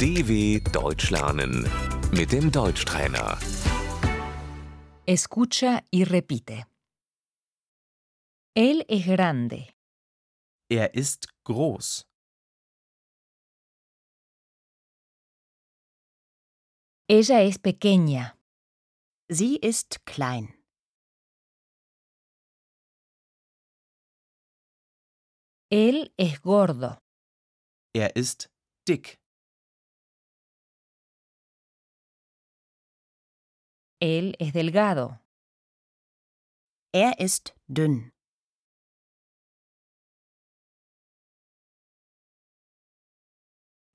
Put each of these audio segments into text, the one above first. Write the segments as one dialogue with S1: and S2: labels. S1: DW Deutsch lernen mit dem Deutschtrainer.
S2: Escucha y repite. Él es grande.
S3: Er ist groß.
S2: Ella es pequeña.
S4: Sie ist klein.
S2: Él es gordo.
S3: Er ist dick.
S2: Él es delgado.
S4: Er ist dünn.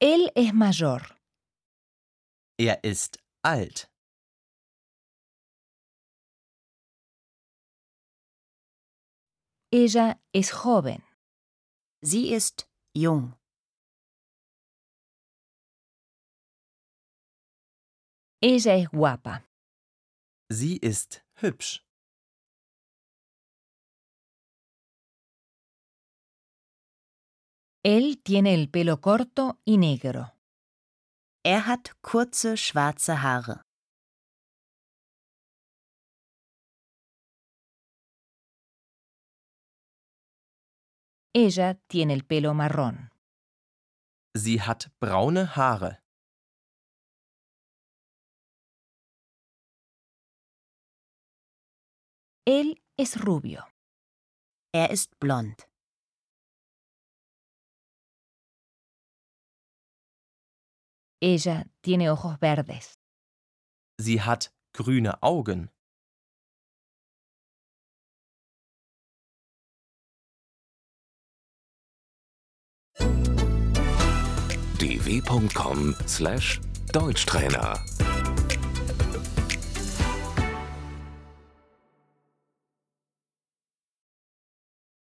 S2: Él es mayor.
S3: Er ist alt.
S2: Ella es joven.
S4: Sie ist jung.
S2: Ella es guapa.
S3: Sie ist hübsch.
S2: Él tiene el pelo corto y negro.
S4: Er hat kurze schwarze Haare.
S2: Ella tiene el pelo marrón.
S3: Sie hat braune Haare.
S2: Él es rubio.
S4: Er ist blond.
S2: Ella tiene ojos verdes.
S3: Sie hat grüne Augen.
S1: dw.com/deutschtrainer